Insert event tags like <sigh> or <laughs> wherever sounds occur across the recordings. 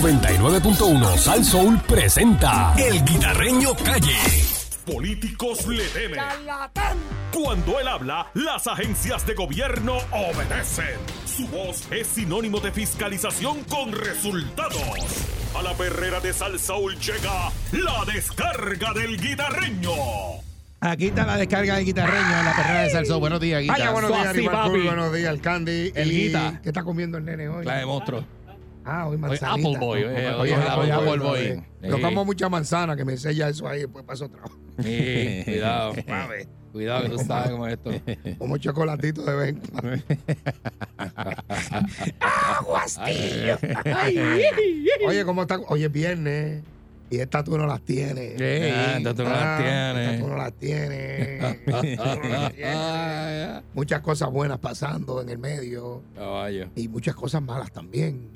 99.1 Sal Soul presenta El Guitarreño Calle. Políticos le temen. Cuando él habla, las agencias de gobierno obedecen. Su voz es sinónimo de fiscalización con resultados. A la perrera de Sal Soul llega la descarga del guitarreño. Aquí está la descarga del guitarreño en la perrera de Salsó. Buenos días, Guita. Vaya, buenos Eso días, así, Animal papi. Cool, buenos días, el Candy. El y Guita. ¿Qué está comiendo el nene hoy? La de monstruo. Ah, hoy Ah. Hoy manzanita. Apple Boy. No, eh, hoy Hoy es Apple Apple Boy. eh. Yo como mucha manzana, que me sella eso ahí, después paso trabajo. Sí, <laughs> cuidado. Cuidado que tú sabes cómo es <laughs> esto. Como chocolatito de vez en <laughs> cuando. ¡Aguas, tío! Oye, ¿cómo está? Oye, es viernes. Y esta tú no las tienes. Ey. Ah, esta tú no las tienes. Esta tú no las tienes. Esta tú no las <laughs> tienes. Ah, Muchas cosas buenas pasando en el medio. Caballo. Y muchas cosas malas también.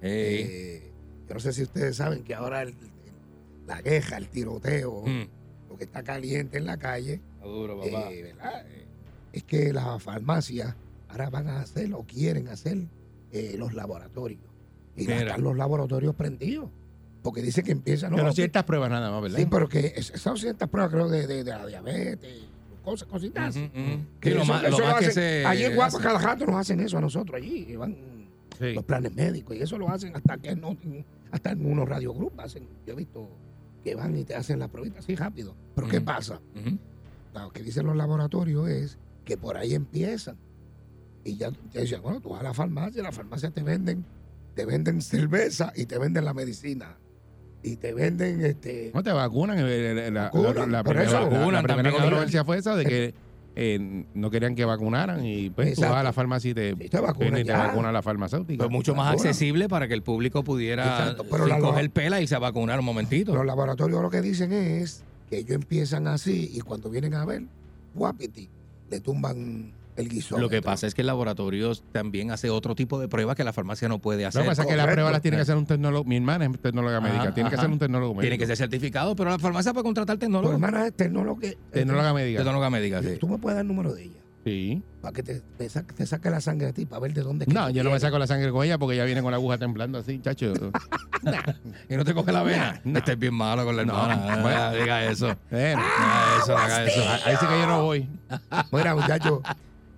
Ey. Eh, yo no sé si ustedes saben que ahora el- el- la queja, el tiroteo, Mm, lo que está caliente en la calle, Está duro, eh, papá. ¿verdad? Eh, es que las farmacias ahora van a hacer o quieren hacer eh, los laboratorios. Y Mira. están los laboratorios prendidos. Porque dice que empiezan Pero los ciertas pruebas nada más, ¿verdad? Sí, pero que es- esas ciertas pruebas, creo, de, de- de la diabetes, cosas, cositas. Ujú, ujú. Que Mm, Sí, lo eso- más, lo eso más lo que hacen- se. Allí en Guapa hace. cada rato nos hacen eso a nosotros allí. y van Sí. los planes médicos y eso lo hacen hasta que no hasta en unos radiogrupos hacen yo he visto que van y te hacen la pruebita así rápido pero qué Ujú. pasa Ujú. lo que dicen los laboratorios es que por ahí empiezan y ya te dicen bueno tú vas a la farmacia la farmacia te venden te venden cerveza y te venden la medicina y te venden este No te vacunan. eh, eh, La, Vacunan, la- la por primera, eso. la- la Vacunan primera también, controversia fue esa de que eh, no querían que vacunaran y pues tú vas Exacto. a la farmacia y te, Sí, te vacunan viene y te ya. vacuna la farmacéutica. Fue Pues mucho más Ahora. accesible para que el público pudiera Exacto, pero sin la- coger pela y se vacunar un momentito. los laboratorios lo que dicen es que ellos empiezan así y cuando vienen a ver guapiti le tumban el guisón Lo que pasa es que el laboratorio también hace otro tipo de pruebas que la farmacia no pues, puede Lo hacer. que pasa es que las Correcto. pruebas las tiene que hacer un tecnólogo. Mi hermana es tecnóloga Ajá, médica. Tiene que ajá. hacer un tecnólogo médico. Tiene que ser certificado, pero la farmacia puede contratar tu tecnólogo. hermana es tecnóloga eh, Tecnóloga médica. Tecnóloga médica, sí. tú me puedes dar el número de ella Sí. para que te, te, sa- te saque la sangre a ti, para ver de dónde es que No, tú yo no me vienes. saco la sangre con ella porque ella viene con la aguja temblando así, chacho. Y no te coge la vena. No. Estás bien malo con la No. hermana. Bueno. Ah, diga eso. Eh, Diga eso, haga eso. a- ahí sí que yo no voy. Mira, muchacho,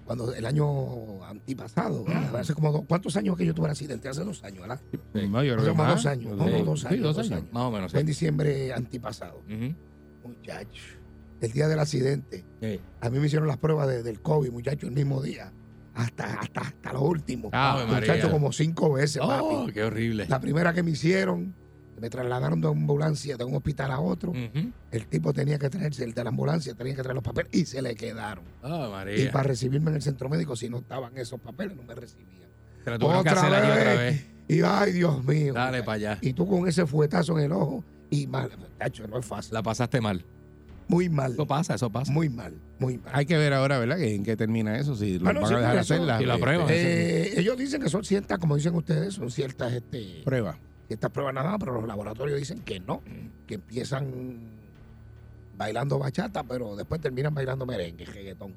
cuando el año antipasado, ¿verdad? hace como dos, ¿cuántos años que yo tuve el accidente? Hace dos años, ¿verdad? No, yo creo Hace que como más. dos años, Sí. no, no, dos Sí, años, dos años. Más o menos. Fue en sí. diciembre antipasado. Ujú. Muchacho, el día del accidente, Sí. a mí me hicieron las pruebas de- del COVID, muchacho, el mismo día, hasta, hasta, hasta lo último. Ah, Ave muchacho, María. como cinco veces, Oh, papi. qué horrible. La primera que me hicieron, me trasladaron de una ambulancia de un hospital a otro. Ujú. El tipo tenía que traerse, el de la ambulancia tenía que traer los papeles y se le quedaron. Ah, Y María. para recibirme en el centro médico, si no estaban esos papeles, no me recibían. Te la tuvieron que hacer allí otra vez. Y ay, Dios mío. Dale para allá. Y tú con ese fuetazo en el ojo y mal, tacho, no es fácil. La pasaste mal. Muy mal. Eso pasa, eso pasa. Muy mal, muy mal. Hay que ver ahora, ¿verdad? Que- ¿En qué termina eso? Si lo Bueno, van Ah, sí, a dejar por eso. hacer la, Y la prueba. Eh, ellos dicen que son ciertas, como dicen ustedes, son ciertas este, prueba. ciertas pruebas nada más, pero los laboratorios dicen que no, que empiezan bailando bachata, pero después terminan bailando merengue, reggaetón.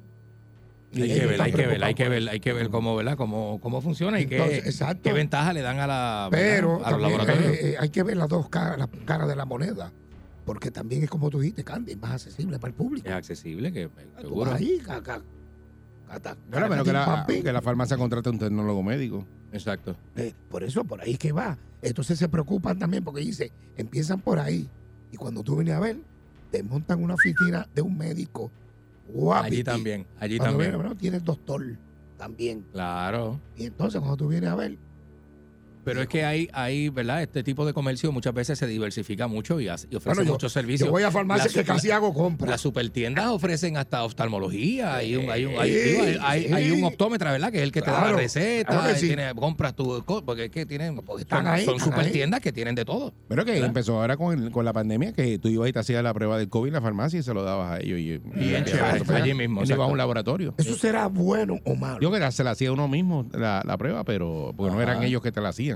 Hay Ellos que ver, están hay que ver, hay que preocupados ver, hay que ver cómo, ¿verdad? Cómo, cómo funciona y Entonces, qué, exacto. qué ventaja le dan a, la, ¿verdad? Pero a los también, laboratorios. eh, eh, hay que ver las dos caras, las caras de la moneda, porque también es como tú dijiste, Candy, es más accesible para el público. es accesible, que Tú vas seguro. ahí, ca- ca- cata- Bueno, pero que la, papi. que la farmacia contrate un tecnólogo médico. Exacto. Eh, por eso, por ahí es que va. Entonces se preocupan también porque dice, empiezan por ahí y cuando tú vienes a ver, te montan una oficina de un médico. Guapi. Allí también, allí Cuando también. vienes, bueno, tienes doctor también. Claro. Y entonces cuando tú vienes a ver, Pero es que hay, hay, ¿verdad? Este tipo de comercio muchas veces se diversifica mucho y, hace- y ofrece Bueno, yo- muchos servicios. yo voy a farmacias la- que casi hago Las compras. supertiendas ofrecen hasta oftalmología, hay un, hay un, hay, Sí, digo, hay- hay- sí. hay un optómetra, ¿verdad? Que es el que te da Claro, la receta, claro que y sí. tiene- compras tu co- porque es que tienen, están son, ahí, son están supertiendas que tienen de todo. Pero que Claro. empezó ahora con, el- con la pandemia, que tú ibas y te hacías la prueba del COVID en la farmacia y se lo dabas a ellos. Y, Bien y- chévere, y- allí mismo, y no ibas a exacto. un laboratorio. ¿Eso será bueno o malo? Yo que era- se la hacía uno mismo la, la prueba, pero porque no Ajá. eran ellos que te la hacían.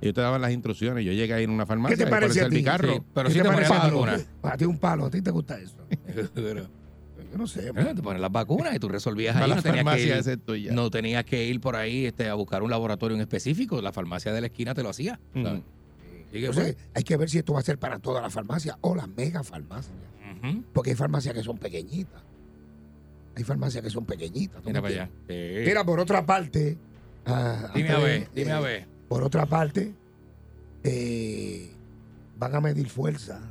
Ellos te daban las instrucciones. Yo llegué ahí en una farmacia ¿Qué te y parece parecía a ti? el bicarro. Sí, pero ¿Qué sí te, ponen parece las a ti? vacunas. A ti un palo, a ti te gusta <laughs> eso. Eh, Yo no sé. man. te ponen las vacunas y <laughs> tú resolvías Para ahí. la No tenías, que farmacia ir, excepto ya. no tenías que ir por ahí este, a buscar un laboratorio en específico. La farmacia de la esquina te lo hacía. Mm. ¿sabes? pues, Así que, Entonces, hay que ver si esto va a ser para todas las farmacias o las mega farmacias. pues, ujú, Porque hay farmacias que son pequeñitas. Hay farmacias que son pequeñitas. ¿tú me Mira para allá. entiendes? Sí. Mira, por otra parte. ah, dime a antes de- ver, dime a eh, ver. Por otra parte, eh, van a medir fuerza.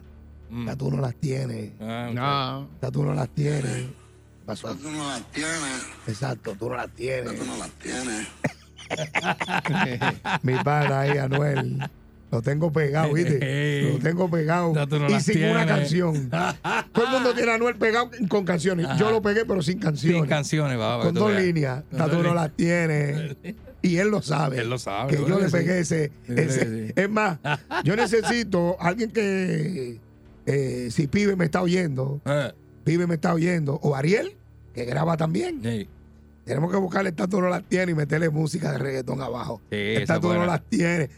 Mm. Ya tú no las tienes. Ah, ok. No. Ya tú no las <laughs> tienes. Pasó. Tú no las tienes, Exacto, tú no las tienes. tú no las tienes. Mi pana ahí, Anuel. Lo tengo pegado, <laughs> ¿viste? Lo tengo pegado. Ya tú no y las sin una tienes. canción. Todo el mundo tiene a Anuel pegado con canciones. Ajá. Yo lo pegué, pero sin canciones. Sin canciones, va, para Con que tú dos veas. líneas. Con Ya dos tú no líneas. las tienes. Y él lo sabe. Él lo sabe, Que yo bueno le que sí. pegué ese, Yo creo ese- que sí. Es más, yo necesito alguien que. eh, si Pibe me está oyendo, Ah, Pibe me está oyendo, o Ariel, que graba también. sí. Tenemos que buscarle esta tú no las tienes y meterle música de reggaetón abajo. Sí, esa esta es tú no buena. las tienes.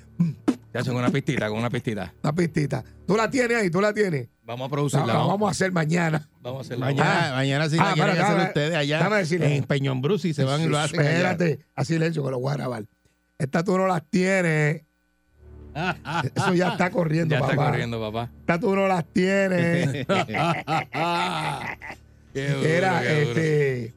Ya son una pistita, con una pistita. La pistita. Tú la tienes ahí, tú la tienes. Vamos a La, producirla. la vamos a hacer mañana. vamos a hacerla. Mañana, Ah. mañana sí Ah, la quieren para, hacer para, ustedes allá déjame decirle. en Peñón Bruce y se van y lo hacen. allá. Espérate, a silencio que lo voy a grabar. Esta tú no las tienes. Eso ya está <laughs> corriendo, Ya Ah. está papá. corriendo, papá. Esta tú no las tienes. Qué duro, Era, qué duro. este.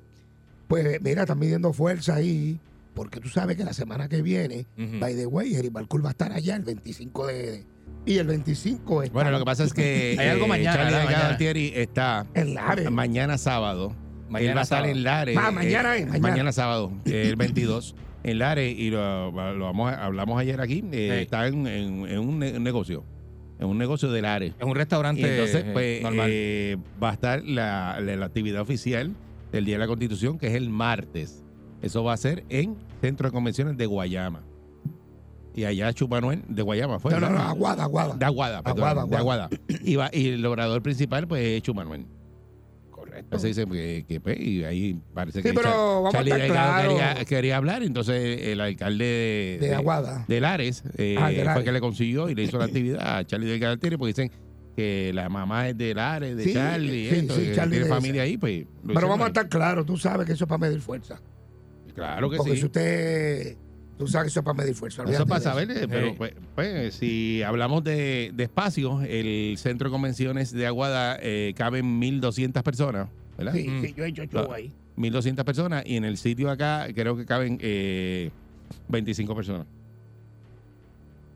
Pues mira, están midiendo fuerza ahí. Porque tú sabes que la semana que viene, Mm. Ujú. by the way, Jerry Balcour va a estar allá el 25 de. Y el 25 está Bueno, lo que pasa es <laughs> que eh, Hay algo mañana, Charlie ¿verdad? Delgado Mañana. Altieri está en Lares. mañana sábado. Mañana Él va a estar sábado. en Lares. Ah, mañana es, mañana. sábado, eh, el 22, en Lares. Y lo, lo vamos a- hablamos ayer aquí. eh, Sí. Está en, en- en un ne- un negocio. En un negocio de Lares. Es un Y restaurante entonces, pues, eh, normal. eh, va a estar la, la- la actividad oficial del Día de la Constitución, que es el martes. Eso va a ser en Centro de Convenciones de Guayama. Y allá Chupanuel, de Guayama fue. No, no, no, ¿verdad? aguada, aguada. De Aguada, perdón, Aguada, de Aguada. Y, va- y el obrador principal, pues, es Chumanuel. Correcto. Entonces dice que, que, pues, y ahí parece Sí, que pero Char- vamos a Charlie estar Delgado claros. quería, quería hablar, entonces el alcalde de, De Aguada. de Lares eh, Ah, de Lares. fue que le consiguió y <clears throat> le hizo la actividad a Charlie Delgado Altieri, porque dicen que la mamá es de Lares, de Sí, Charlie, sí, esto, sí, que Charlie tiene le familia ahí, pues. lo Pero hicieron vamos a ahí. estar claros, tú sabes que eso es para medir fuerza. Claro que Porque si sí. usted. Tú sabes que eso es para medir fuerza. Eso olvídate de pasa, ¿verdad? Pero Sí. pues, pues, si hablamos de, de espacios, el centro de convenciones de Aguada eh, caben 1.200 personas, ¿verdad? Sí, Mm. sí, yo he hecho show ahí. 1.200 personas y en el sitio acá creo que caben eh, 25 personas.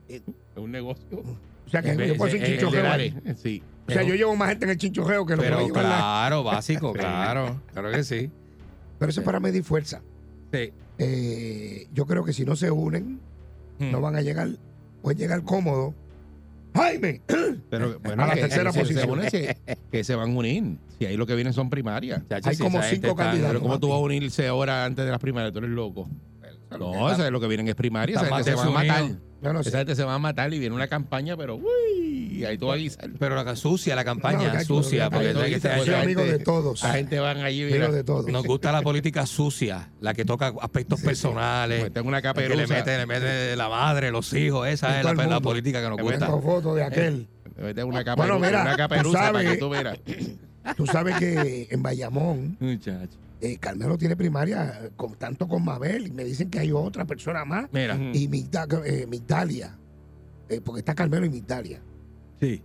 Es un negocio. O sea Eh, que yo puedo hacer Eh, un Es- es- es de chinchorreo ahí. Lares, Sí. O sea, yo llevo más gente en el chinchorreo que lo que va a Pero llevar la- claro, básico, claro. Claro que sí. Pero eso es para medir fuerza. Sí. Eh, yo creo que si no se unen, Hmm. Mm. no van a llegar, pueden llegar cómodo. ¡Jaime! <clears throat> Pero <laughs> bueno, A la que- tercera que se- posición. se une, se- que se van a unir. Si ahí lo que vienen son primarias. Chacho, hay sí, como esa gente cinco está- candidatos. Pero ¿cómo tú vas a papi. unirse ahora antes de las primarias? Tú eres loco. No, Está- eso es lo que vienen es primaria. Está Esa gente se más va a matar. desunido. Yo no Esa sé. gente se va a matar y viene una campaña, pero uy, y ahí tú vas a guisar. Pero la ca- sucia, la No, campaña, no, yo- sucia. yo- Porque yo- este- yo- este yo esa soy año- amigo de todos. La gente van allí mira, Amigo de todos. <laughs> nos gusta la política sucia, la que toca aspectos personales. meten Pues una la que le caperuza. mete, le mete la madre, los hijos, esa es todo la, el la mundo. política que nos Le gusta. Tengo fotos Eh. de aquel. Le meten una caperuza, Bueno, mira, una tú caperuza para sabes- que tú veas. Tú sabes que en Bayamón, <laughs> Muchacho. eh, Carmelo tiene primaria eh, con, tanto con Mabel y me dicen que hay otra persona más. Mira, Ujú. Y Migda- eh, Migdalia. Eh, porque está Carmelo y Migdalia. sí,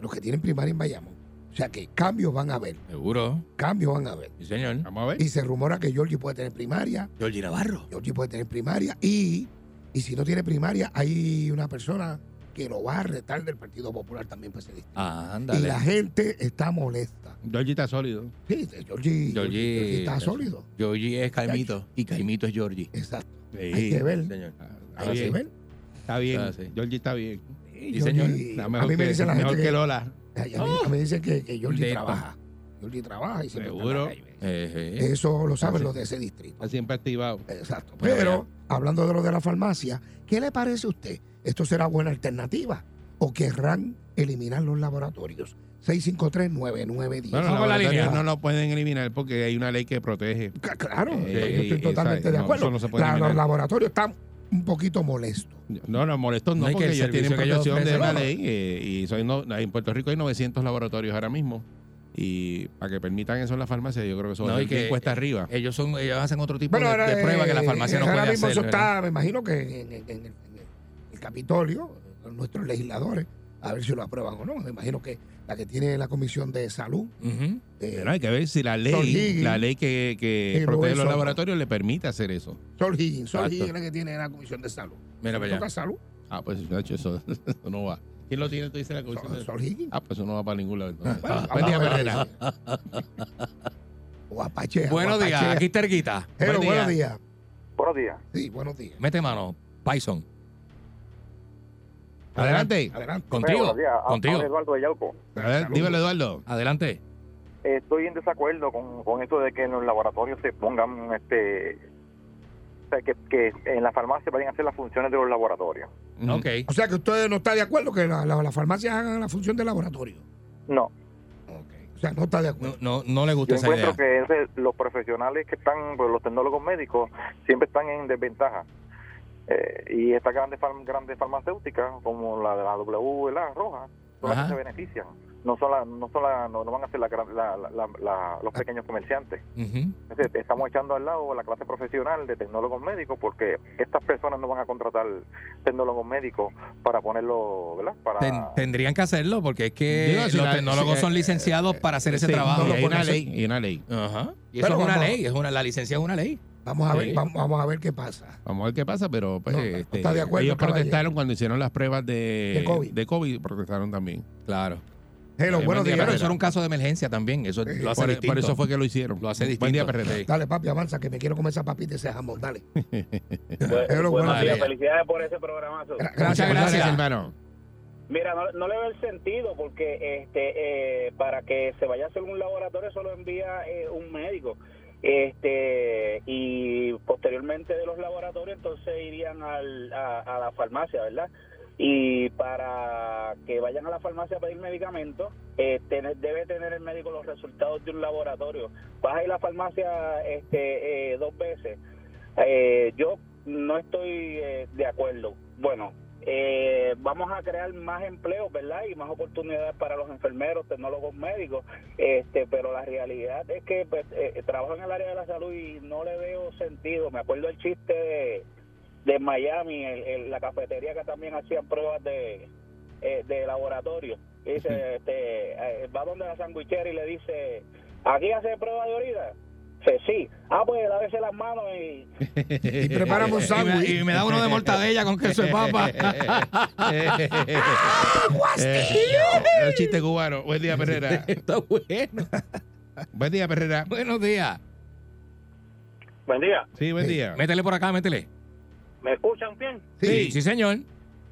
Los que tienen primaria en Bayamón. O sea que cambios van a haber. seguro, Cambios van a haber. sí, señor. Vamos a ver. Y se rumora que Georgie puede tener primaria. Georgie Navarro. Georgie puede tener primaria. Y, y si no tiene primaria, hay una persona que lo va a retar del Partido Popular también para ese distrito. Ah, Y ándale. la gente está molesta. Georgie está sólido. Sí, Georgie, Georgie, Georgie está sólido. Georgie es Caimito y Caimito es Georgie. Exacto. Hay Sí. que ver. Señor. Ah, Está Hay que bien. ver. Está bien. Ah, sí. Georgie está bien. Sí, señor. Georgie- Está a mí me dicen la mejor gente que, que Lola. Ay, a mí- Oh. a mí me dicen que, que Georgie De- trabaja. Georgie trabaja y se mete en la Seguro. calle. Eh, eh. Eso lo saben Así. los de ese distrito. Está siempre activado. Exacto. Bueno, Pero hablando de lo de la farmacia, ¿qué le parece a usted? ¿Esto será buena alternativa? ¿O querrán eliminar los laboratorios? 653-9910. Bueno, Vamos con la los línea. laboratorios no lo pueden eliminar porque hay una ley que protege. C- Claro, Eh, yo estoy eh, totalmente esa- de no, acuerdo. eso no se puede La- los eliminar. laboratorios están un poquito molestos. No, no, molestos no, No, y que porque el ellos tienen servicio que ellos protección de la ofrecen, no. ley eh, y soy no- en Puerto Rico hay 900 laboratorios ahora mismo y para que permitan eso en la farmacia yo creo que eso No, va a y ser bien que- eh, cuesta arriba. Ellos son, ellos hacen otro tipo Bueno, de, de ahora, prueba que la eh, farmacia no ahora puede mismo hacer. eso ¿verdad? está, me imagino que en, en- en el- en el Capitolio, los nuestros legisladores a ver si lo aprueban o no. Me imagino que la que tiene la Comisión de Salud. Ujú. eh, Pero hay que ver si la ley, Higgins. la ley que, que Sí, protege los Robinson. laboratorios le permite hacer eso. Sol Higgins, Sol Exacto. Higgins es la que tiene la Comisión de Salud. Mira para ¿Toca allá. salud? Ah, pues Nacho, eso, <laughs> eso no va. ¿Quién lo tiene? Tú dices la comisión. Sol, de- Sol Higgins. Ah, pues eso no va para ningún lado. entonces. Bueno, Ah, Buen día, vamos a ver Perrera. O apachea. Buenos o días, apachea. aquí está Erguita. Hello, Buen buenos día. días. Buenos días. Sí, buenos días. Mete mano, Python. Adelante. Adelante. Contigo, Buenos días. Habla contigo. Eduardo de Yauco. A ver, dímelo, Eduardo. Adelante. Estoy en desacuerdo con, con esto de que en los laboratorios se pongan, este, o sea, que, que en la farmacia vayan a hacer las funciones de los laboratorios. Ok. O sea que usted no está de acuerdo que la- la- las farmacias hagan la función de laboratorio. No, O sea, no está de No, acuerdo. no, no le gusta yo esa encuentro idea. que ese- los profesionales que están, pues, los tecnólogos médicos, siempre están en desventaja. Eh, y estas grandes far- grandes farmacéuticas, como la de la W, la roja, son las Ajá. que se benefician. No son las, no son las, no, no van a ser la gran- la- la- la- la- Ah. los pequeños comerciantes. Ujú. Entonces, estamos echando al lado a la clase profesional de tecnólogos médicos porque estas personas no van a contratar tecnólogos médicos para ponerlo, ¿verdad? Para Ah. Ten- tendrían que hacerlo porque es que Digo, si los la- tecnólogos si- son licenciados para hacer ese Sí, trabajo. Y hay Ajá. una ley. Y una ley. Y eso Pero es una vamos- ley, es una, la licencia es una ley. Vamos a ver, Sí. vamos, vamos a ver qué pasa. Vamos a ver qué pasa, pero pues, No, no este, está de acuerdo, ellos caballero. protestaron cuando hicieron las pruebas de, De COVID. protestaron también. Claro. Hello, Eh, buenos buen día, días. Pero Perrera. eso era un caso de emergencia también. Eso Sí. lo hace Por, distinto. por eso fue que lo hicieron. Lo hace Buen día, distinto. Perrera. Sí. Dale, papi, avanza, que me quiero comer esa papita y ese jamón. <laughs> Dale. Hello, pues, Buenos buenos días, días. felicidades por ese programazo. Gra- Muchas Gracias, gracias. hermano. Mira, no, no le veo el sentido porque este eh, para que se vaya a hacer un laboratorio solo envía eh, un médico. Este y posteriormente de los laboratorios entonces irían al, a, a la farmacia, ¿verdad? Y para que vayan a la farmacia a pedir medicamentos, eh, tener- debe tener el médico los resultados de un laboratorio. Vas a ir a la farmacia este, eh, dos veces. Eh, yo no estoy eh, de acuerdo. Bueno, eh, vamos a crear más empleos, ¿verdad? Y más oportunidades para los enfermeros, tecnólogos médicos. Este, pero la realidad es que pues, eh, trabajo en el área de la salud y no le veo sentido. Me acuerdo el chiste de, de Miami, el- el- la cafetería que también hacían pruebas de, eh, de laboratorio. Y dice, este, eh, va donde la sandwichera y le dice, ¿aquí hace prueba de orina? Dice, sí. Ah, pues lávese las manos y Y prepárame un Eh, Y <laughs> me, sándwich. y me da uno de mortadella con queso de papa. El chiste cubano. Buen día, Perrera. <laughs> Está bueno. Buen día, Perrera. Buenos días. Buen día. Sí, buen Sí. día. Métele por acá, métele. ¿Me escuchan bien? Sí, sí, señor.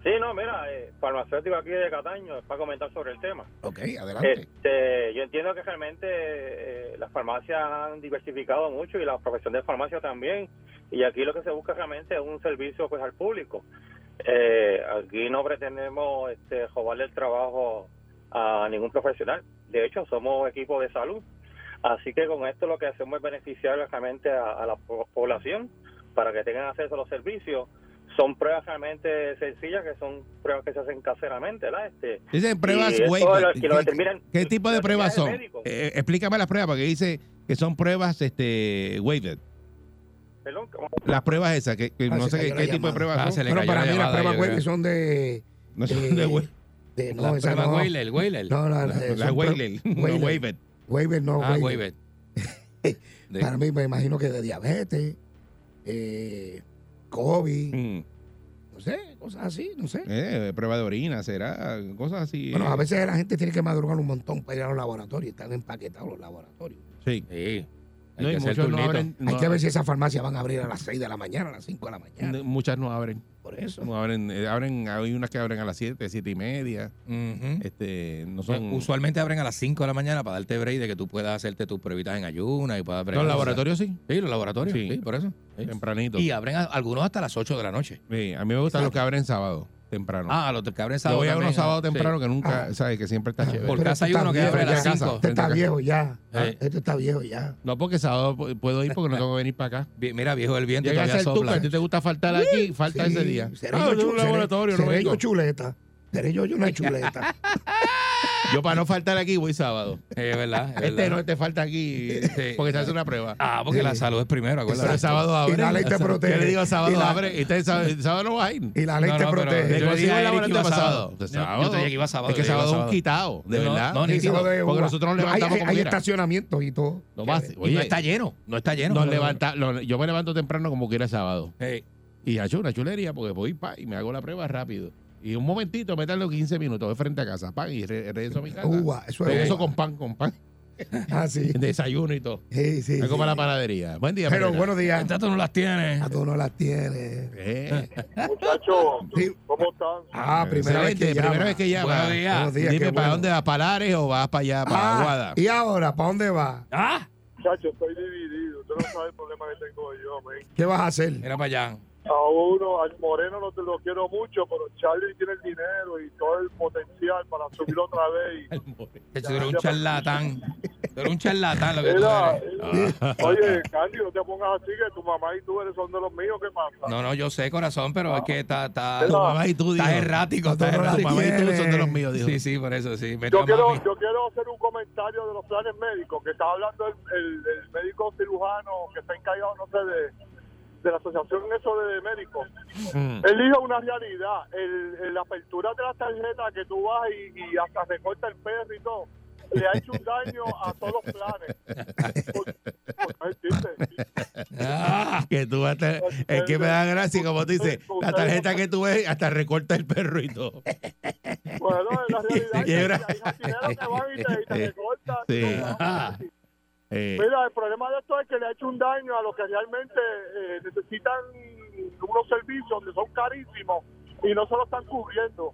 Sí, no, mira, eh, farmacéutico aquí de Cataño, es para comentar sobre el tema. Ok, Eh, adelante. Este, yo entiendo que realmente eh, las farmacias han diversificado mucho y la profesión de farmacia también. Y aquí lo que se busca realmente es un servicio pues al público. Eh, aquí no pretendemos este, robarle el trabajo a ningún profesional. De hecho, somos equipo de salud. Así que con esto lo que hacemos es beneficiar realmente a, a la po- población para que tengan acceso a los servicios. Son pruebas realmente sencillas, que son pruebas que se hacen caseramente, ¿verdad? Este, Dicen pruebas y eso güey, lo- que lo ¿Qué, determinan- qué tipo de lo pruebas son? determina el médico. Eh, explícame las pruebas, porque dice que son pruebas este, waived. Perdón, ¿cómo? Las pruebas esas, que, que Ah, no se sé qué, cayó la qué tipo de llamada. pruebas Ah, son. se le Bueno, cayó para la mí las llamada, pruebas yo creo. Weyler son <laughs> de. No son eh, de waived. de- no, Las esa pruebas no. Weyler, Weyler. No, no, La- eh, La son waived. prue- No Weyler. waived. Weyler no, Ah, Weyler. <laughs> Weyler. De- Para mí me imagino que de diabetes, eh, COVID, Mm. no sé, cosas así, no sé. Eh, prueba de orina, será, cosas así. Bueno, eh. a veces la gente tiene que madrugar un montón para ir a los laboratorios, están empaquetados los laboratorios. Sí. Sí. Hay No, y que hacer muchos no turnito. abren, Hay no que ver si esas farmacias van a abrir a las 6 de la mañana, a las 5 de la mañana. No, Muchas no abren. Por eso. No abren, eh, abren, hay unas que abren a las 7, 7 y media. Ujú. Este, no son. Usualmente abren a las 5 de la mañana para darte break de que tú puedas hacerte tus pruebitas en ayunas y puedas bregar. los laboratorios sí, Sí, los laboratorios. Sí, Sí. por eso. Sí. tempranito. Y abren a- algunos hasta las 8 de la noche. Sí, a mí me gustan los que abren sábado, temprano. Ah, a los que abren Yo sábado. voy a también, unos ah, sábados sí. temprano que nunca, Ah. ¿sabes? Que siempre está Ah, chévere. Por Pero casa hay esto uno está que abre a viejo las ya. 5. Este está viejo ya. Eh. Este está viejo ya. No, porque sábado pu- puedo ir <laughs> porque no tengo que venir para acá. Vi- Mira, viejo, el viento Llegas todavía al tú, sopla. a ti te gusta faltar aquí, falta Sí, ese día. seré Ah, yo yo chu- en un laboratorio, seré, no seré yo vengo. chuleta. Seré yo, yo una chuleta. Yo para no faltar aquí voy sábado. <laughs> Es verdad. es Este verdad. no, este falta aquí Sí. <laughs> porque se hace una prueba. Ah, porque la salud es primero, Pero el acuérdate. sábado abre. Y la ley te protege. Yo le digo sábado Y la- abre. Este sábado, el sábado no va a ir. Y la ley No, te no, pero- protege. Le Yo consigo decía el a Eric que laboratorio iba para sábado. Yo- sábado. yo te dije que iba sábado, Es que yo digo sábado es un sábado. quitado, de No, verdad. no, ni- Y sábado de Porque uva. nosotros nos Hay- levantamos hay, como hay quiera. estacionamientos y todo. No va a ser- y Oye, no está lleno. No está lleno. nos No, no, levanta, lo- yo me levanto temprano como quiera sábado. no. Ey, Y hago una chulería porque voy pa, y me hago la prueba rápido. Y un momentito, me los 15 minutos de frente a casa, pan, y re- regreso a mi casa. Uva, eso es. Regreso uva. con pan, con pan. <laughs> Ah, sí. Desayuno y todo. Sí, sí, Me sí. como a la panadería. Buen día, Pero Pereira. buenos días. Estas tú no las tienes. A tú no las tienes. Eh, Muchachos, Sí. ¿cómo están? Ah, primera vez excelente, que primera llama. vez que llama. Buenos días. Buenos días, Dime, qué ¿para bueno. dónde vas? ¿Para Lares o vas para allá, para Ah, Aguada? y ahora, ¿para dónde vas? Ah, Muchachos, estoy dividido. Tú no sabes el problema que tengo yo, men. ¿Qué vas a hacer? mira para allá. A uno, al Moreno no te lo quiero mucho, pero Charlie tiene el dinero y todo el potencial para subir otra vez. y- Te Pues tú eres un charlatán. Tú eres un charlatán lo que tú Mira, eh, eres. oye, Candy, no te pongas así que tu mamá y tú eres son de los míos, ¿qué pasa? No, no, yo sé, corazón, pero es que está, está, Tu mamá y tú, estás digo. errático, estás no las Tu errático. mamá y tú tienes. son de los míos, dijo. Sí, sí, por eso, sí. Mete Yo a quiero, mami. yo quiero hacer un comentario de los planes médicos, que está hablando el, el- el médico cirujano que está encargado, no sé, de, de la asociación eso de médicos. Mm. Él dijo una realidad, el, el- la apertura de la tarjeta que tú vas y, y hasta recorta el perro y todo, le ha hecho un daño <laughs> a todos los planes. Por- por- no existe. Ah, Que tú hasta, es que me da gracia, como tú dices, la tarjeta que tú ves hasta recorta el perro y todo. Bueno, es la realidad. <laughs> Y que era- Hay jardineros que van y te, y te recortan. <laughs> Sí. No, Ajá. Eh, Mira, el problema de esto es que le ha hecho un daño a los que realmente eh, necesitan unos servicios que son carísimos y no se lo están cubriendo.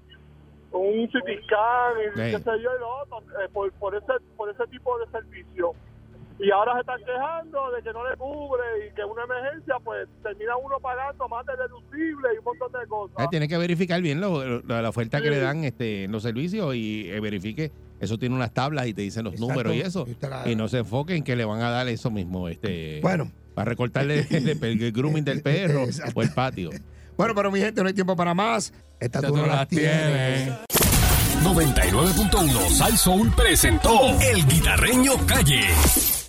Un citiscan, Sí. qué sé yo, y lo otro, eh, por, por, ese, por ese tipo de servicio. Y ahora se están quejando de que no le cubre y que una emergencia, pues termina uno pagando más de deducible y un montón de ah, cosas. tiene que verificar bien lo- lo- la oferta que le dan este, en los servicios y eh, verifique. Eso tiene unas tablas y te dicen los números y eso. usted la- Y no se enfoque en que le van a dar eso mismo. Este, Bueno, Para recortarle el, el- el <laughs> grooming del perro Exacto. o el patio. bueno, pero mi gente, no hay tiempo para más. Esta ya tú no las tienes. 99.1 Sal Soul presentó El Guitarreño Calle.